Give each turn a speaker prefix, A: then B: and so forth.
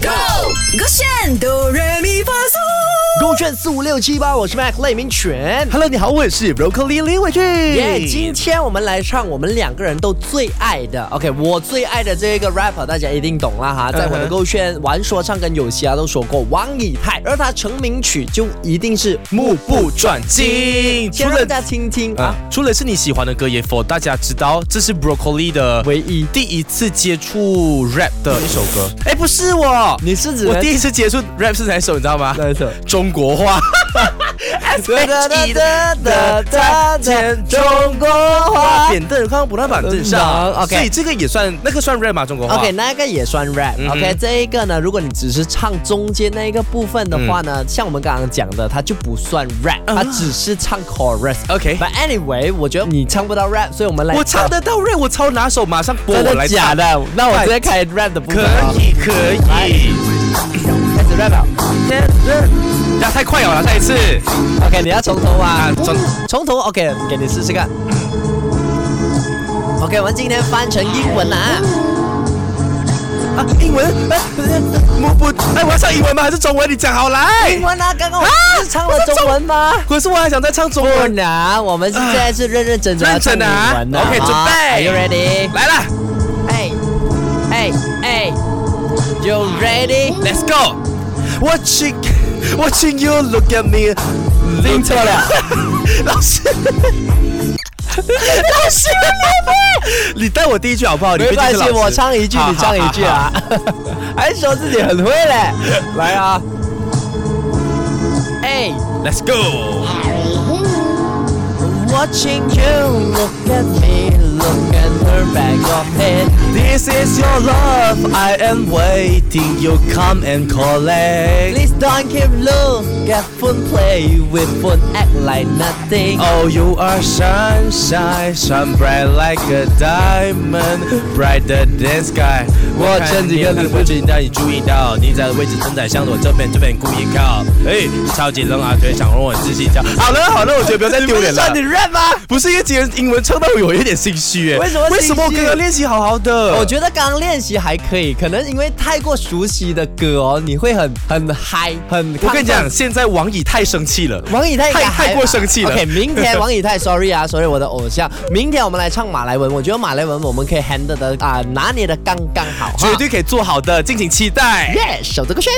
A: Go，勾选哆来咪发嗦。
B: 勾券四五六七八，我是 Mac 赖明全。
C: Hello，你好，我是 Broccoli 李伟俊。
B: 耶今天我们来唱我们两个人都最爱的，OK，我最爱的这个 rapper 大家一定懂啦哈，在我的
C: 嗯哼
B: 勾圈玩说唱跟有嘻哈都说过王以太，而他成名曲就一定是《
C: 目不转睛，
B: 先让大家听听
C: 啊
B: 啊，，
C: 除了是你喜欢的歌，也否大家知道这是 Broccoli 的
B: 唯一
C: 第一次接触 rap 的一首歌。哎，不是我，
B: 你是指
C: 我第一次接触 rap 是哪一首？你知道吗？
B: 哪一首？
C: 中国话。
B: 哒哒哒哒哒哒中国话。
C: 扁担宽不到板凳上
B: 嗯好，OK
C: 所以这个也算那个算 rap 吗？中国话
B: OK，那个也算 rap、
C: 嗯哼
B: OK，这一个呢，如果你只是唱中间那一个部分的话
C: 嗯
B: 呢，像我们刚刚讲的，它就不算 rap，、它只是唱 chorus。
C: 啊 OK
B: But anyway，我觉得你唱不到 rap，所以我们来
C: 我唱得到 rap，我抄哪首马上播
B: 真
C: 我
B: 的
C: 来
B: 假
C: 唱。
B: 的？那我直接开 rap 的部
C: 可
B: 分啊
C: 以可以，
B: 开始 rap 了。
C: 那太快了啦，再一次。
B: OK，你要从头啊，
C: 从
B: 从头 OK，给你试试看。OK，我们今天翻成英文了啊。
C: 啊，英文，哎，我不，哎，我要唱英文吗？还是中文？你讲好来
B: 英。文啊，刚刚我不是唱了中文吗？
C: 可是我还想再唱中
B: 不
C: 文。
B: 难，我们现在是认认真真要
C: 认
B: 唱
C: 真
B: 英
C: 的啊
B: 文的。
C: OK，准备
B: Are you ready？
C: 来啦
B: 哎哎哎，You ready？
C: ，Let's go。Watching, watching you look at me，
B: 听错了。
C: 老师，老师，你带我第一句好不好？你
B: 没
C: 毕竟
B: 关
C: 是
B: 系，
C: 老师
B: 我唱一句，
C: 好
B: 你唱一句啊， 还说自己很会嘞。来啊，哎。
C: Let's go。
B: Watching you look at me, look at her back of head.
C: This is your love, I am waiting. You come and collect.
B: Please don't keep look at phone play with phone act like nothing.
C: Oh, you are sunshine, shine bright like a diamond, brighter than sky. 我趁几个看不清，让你注意到你在的位置正在向我这边这边故意靠。哎，超级冷啊，腿想让我自己跳。好了好了，我觉得不要再丢脸 了。
B: 你 rap 吗？
C: 不是因为今天英文唱到有一点心虚哎，
B: 为什么
C: 为什么我
B: 心
C: 刚
B: 虚
C: 刚练习好好的？
B: 哦我觉得刚刚练习还可以，可能因为太过熟悉的歌哦，你会很很嗨，很。
C: 我跟你讲，，现在王以太生气了。
B: 王以太应该
C: 太
B: 还
C: 太过生气了
B: OK，明 天王以太，sorry 啊，sorry 我的偶像。明天我们来唱马来文，我觉得马来文我们可以 handle 的啊、拿捏的刚刚好哈。
C: 绝对可以做好的，敬请期待。
B: 耶，手这个圈。